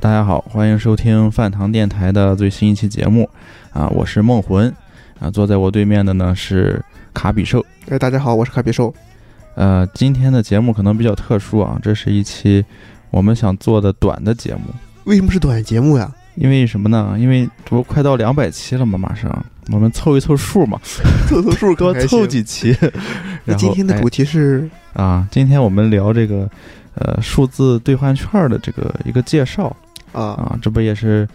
大家好，欢迎收听饭堂电台的最新一期节目啊，我是梦魂啊，坐在我对面的呢是卡比兽。哎，大家好，我是卡比兽。呃，今天的节目可能比较特殊啊，这是一期我们想做的短的节目，为什么是短节目呀？因为什么呢？因为这不快到两百期了嘛，马上我们凑一凑数嘛，凑凑数， 多凑。几期。那 然后今天的主题是，哎啊，今天我们聊这个呃数字兑换券的这个一个介绍。啊，啊，这不也是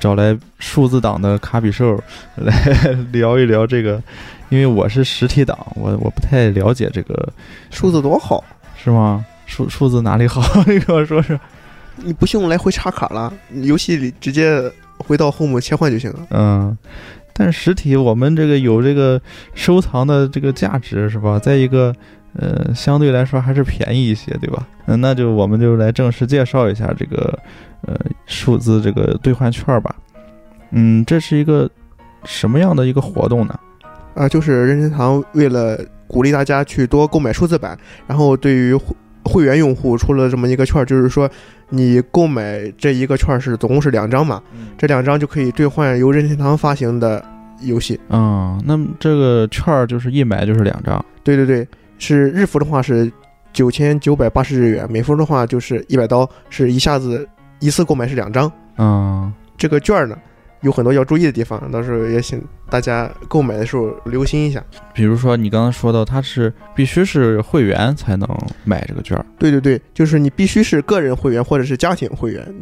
找来数字党的卡比兽来 聊一聊这个，因为我是实体党，我我不太了解这个，数字多好，是吗？数数字哪里好？ 你跟我说说。你不信我来回插卡了，你游戏里直接回到 home 切换就行了。嗯，但实体我们这个有这个收藏的这个价值是吧？再一个，呃，相对来说还是便宜一些，对吧？嗯，那就我们就来正式介绍一下这个呃数字这个兑换券吧。嗯，这是一个什么样的一个活动呢？啊，就是任天堂为了鼓励大家去多购买数字版，然后对于会会员用户出了这么一个券儿，就是说你购买这一个券儿是总共是两张嘛，嗯这两张就可以兑换由任天堂发行的游戏。啊、那么这个券儿就是一买就是两张，对对对，是日服的话是九千九百八十日元，美服的话就是一百刀，是一下子一次购买是两张。嗯，这个券儿呢，有很多要注意的地方，到时候也请大家购买的时候留心一下。比如说你刚刚说到，它是必须是会员才能买这个券儿，对对对，就是你必须是个人会员或者是家庭会员。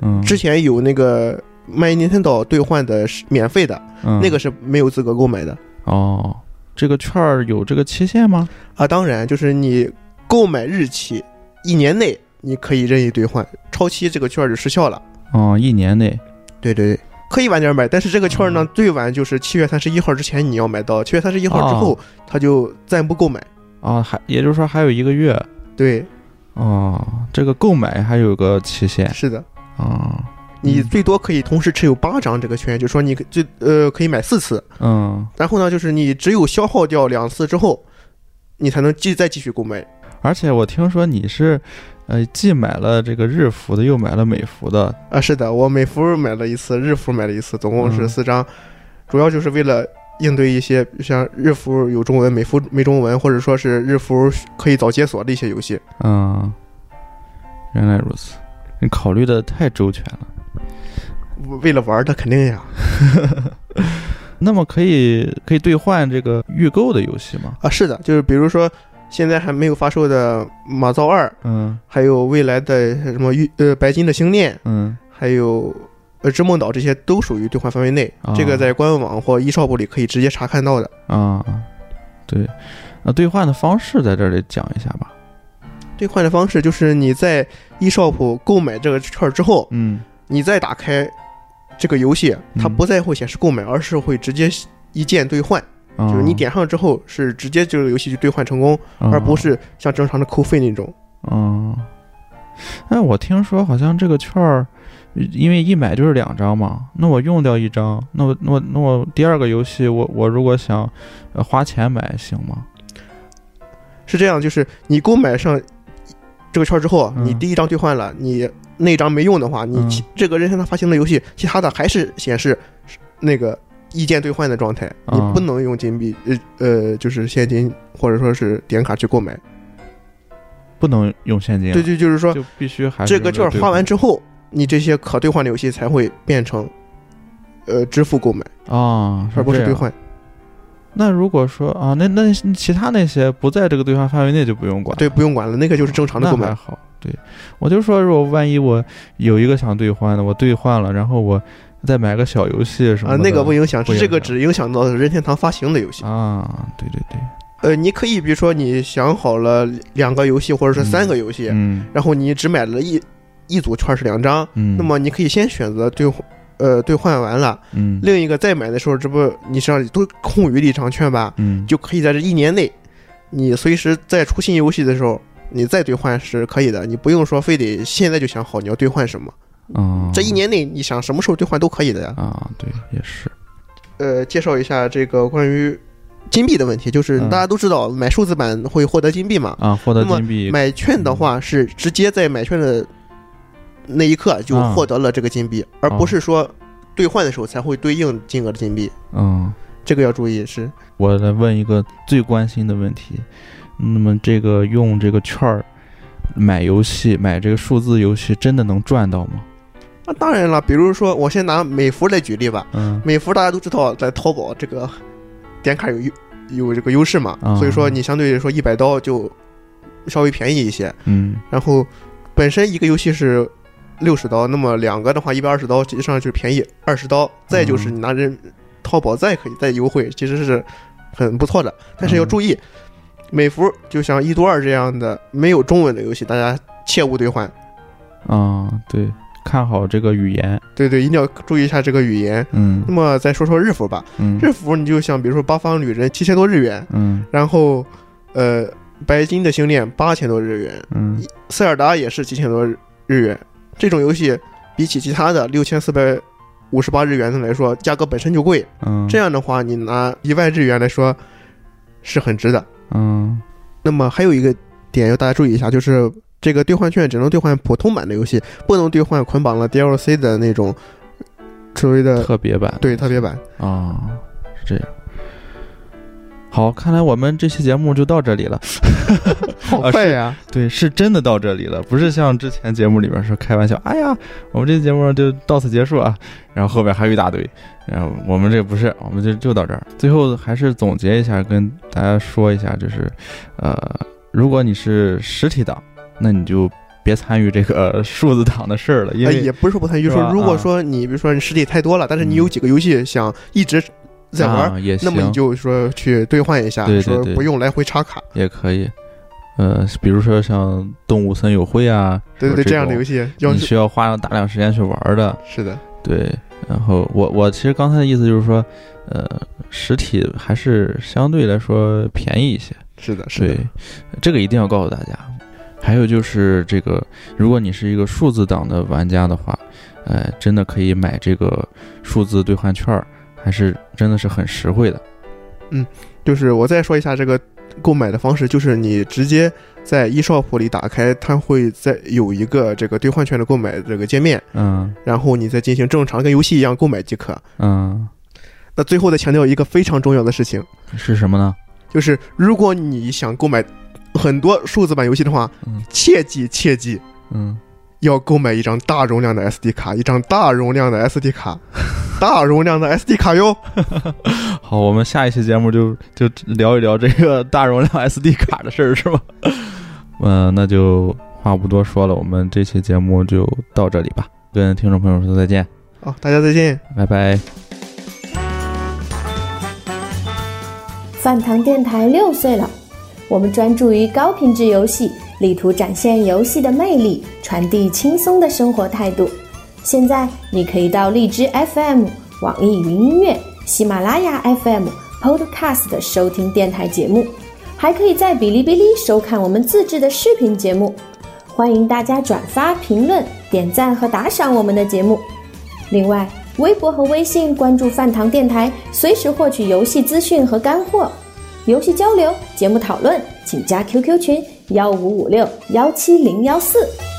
嗯，之前有那个 My Nintendo 兑换的是免费的，嗯那个是没有资格购买的哦，这个券儿有这个期限吗？啊。当然，就是你购买日期一年内你可以任意兑换，超期这个券儿就失效了。哦，一年内，对对对，可以晚点买，但是这个券呢，最晚就是七月三十一号之前你要买到，七月三十一号之后、它就暂不购买。哦，还也就是说还有一个月，对，哦，这个购买还有个期限是的，啊，你最多可以同时持有八张这个券，就说你可最呃可以买四次，嗯，然后呢，就是你只有消耗掉两次之后，你才能继再继续购买。而且我听说你是，呃，既买了这个日服的，又买了美服的，啊，是的，我美服买了一次，日服买了一次，总共是嗯四张，主要就是为了。应对一些像日服有中文，美服没中文，或者说是日服可以早解锁的一些游戏。嗯，原来如此，你考虑的太周全了。为了玩儿，它肯定呀。那么可以可以兑换这个预购的游戏吗？啊，是的，就是比如说现在还没有发售的《马造二》，嗯还有未来的什么玉呃白金的星链，嗯还有呃织梦岛，这些都属于兑换范围内。啊这个在官网或 eShop 里可以直接查看到的。啊，对，那兑换的方式在这里讲一下吧。兑换的方式就是你在 eShop 购买这个券儿之后，嗯你再打开这个游戏，它嗯不再会显示购买，而是会直接一键兑换，啊，就是你点上之后是直接这个游戏就兑换成功，啊，而不是像正常的扣费那种。啊。哎，我听说好像这个券儿，因为一买就是两张嘛，那我用掉一张，那我那我那我第二个游戏我我如果想呃花钱买行吗？是这样，就是你购买上这个券之后，啊嗯你第一张兑换了，你那张没用的话，你嗯其这个任天堂发行的游戏，其他的还是显示那个意见兑换的状态，啊你不能用金币，呃呃，就是现金或者说是点卡去购买。不能用现金啊，对对，就是说就必须还是这个券用花兑换完之后，你这些可兑换的游戏才会变成呃支付购买，啊，而不是这兑样换。那如果说啊，那那其他那些不在这个兑换范围内就不用管，对，不用管了，那个就是正常的购那还买。好。对，我就说，如果万一我有一个想兑换的，我兑换了，然后我再买个小游戏什么啊，的，那个不影响，不影这个响只影响到任天堂发行的游戏。啊，对对对，呃，你可以比如说你想好了两个游戏或者是三个游戏，嗯然后你只买了一一组券是两张，嗯，那么你可以先选择兑换呃兑换完了，嗯另一个再买的时候，这不你身上都空余了一张券吧，嗯就可以在这一年内，你随时再出新游戏的时候，你再兑换是可以的，你不用说非得现在就想好你要兑换什么，啊，这一年内你想什么时候兑换都可以的呀。啊，对，也是呃，介绍一下这个关于金币的问题，就是嗯大家都知道买数字版会获得金币嘛。啊，获得那么金币买券的话是直接在买券的那一刻就获得了这个金币，而啊哦不是说兑换的时候才会对应金额的金币。嗯，这个要注意是，我来问一个最关心的问题，那么这个用这个券儿买游戏，买这个数字游戏，真的能赚到吗？那、当然了，比如说我先拿美服来举例吧，嗯美服大家都知道在淘宝这个点卡有优有这个优势嘛，啊所以说你相对来说一百刀就稍微便宜一些。嗯然后本身一个游戏是六十刀，那么两个的话一百二十刀，实际上就是便宜二十刀。再就是你拿人淘宝再可以再优惠，其实是很不错的。但是要注意，美服就像一多二这样的没有中文的游戏，大家切勿兑换。啊、对，看好这个语言，对对，一定要注意一下这个语言。嗯那么再说说日服吧，嗯日服你就像比如说八方旅人七千多日元，嗯然后呃白金的星链八千多日元，嗯塞尔达也是七千多日元。这种游戏比起其他的六千四百五十八日元的来说，价格本身就贵。嗯，这样的话，你拿一万日元来说是很值的。嗯那么还有一个点要大家注意一下，就是这个兑换券只能兑换普通版的游戏，不能兑换捆绑了 DLC 的那种所谓的特别版对特别版。啊、是这样。好，看来我们这期节目就到这里了。 好啊快呀！对，是真的到这里了，不是像之前节目里边说开玩笑。哎呀，我们这期节目就到此结束啊，然后后边还有一大堆。然后我们这不是，我们就就到这儿。最后还是总结一下，跟大家说一下，就是，呃，如果你是实体党，那你就别参与这个呃数字党的事儿了，因哎，为、也不是说不参与，就是吧说如啊果说你比如说你实体太多了，但是你有几个游戏想一直在玩，啊、也行那么你就说去兑换一下，对对对说不用来回插卡，也可以。呃，比如说像《动物森友会》啊，对对或者对，这样的游戏要你是需要花大量时间去玩的，是的，对，然后我我其实刚才的意思就是说，呃，实体还是相对来说便宜一些。是的，是对的，，这个一定要告诉大家。还有就是这个，如果你是一个数字党的玩家的话，呃，真的可以买这个数字兑换券儿，还是真的是很实惠的。就是我再说一下这个购买的方式，就是你直接在 eShop 里打开，它会在有一个这个兑换券的购买这个界面，嗯然后你再进行正常跟游戏一样购买即可。嗯，那最后再强调一个非常重要的事情，是什么呢？就是如果你想购买很多数字版游戏的话，嗯切记切记嗯，要购买一张大容量的 SD 卡，一张大容量的 SD 卡，大容量的 SD 卡哟。好，我们下一期节目就就聊一聊这个 大容量 SD 卡的事儿， 是吧？嗯、那就话不多说了，我们这期节目就到这里吧，跟听众朋友说再见，好，大家再见。拜拜。饭堂电台六岁了，我们专注于高品质游戏，力图展现游戏的魅力，传递轻松的生活态度。现在你可以到荔枝 FM、网易云音乐、喜马拉雅 FM、Podcast 收听电台节目，还可以在哔哩哔哩收看我们自制的视频节目。欢迎大家转发、评论、点赞和打赏我们的节目。另外，微博和微信关注饭堂电台，随时获取游戏资讯和干货、游戏交流、节目讨论，请加 QQ 群幺五五六幺七零幺四。14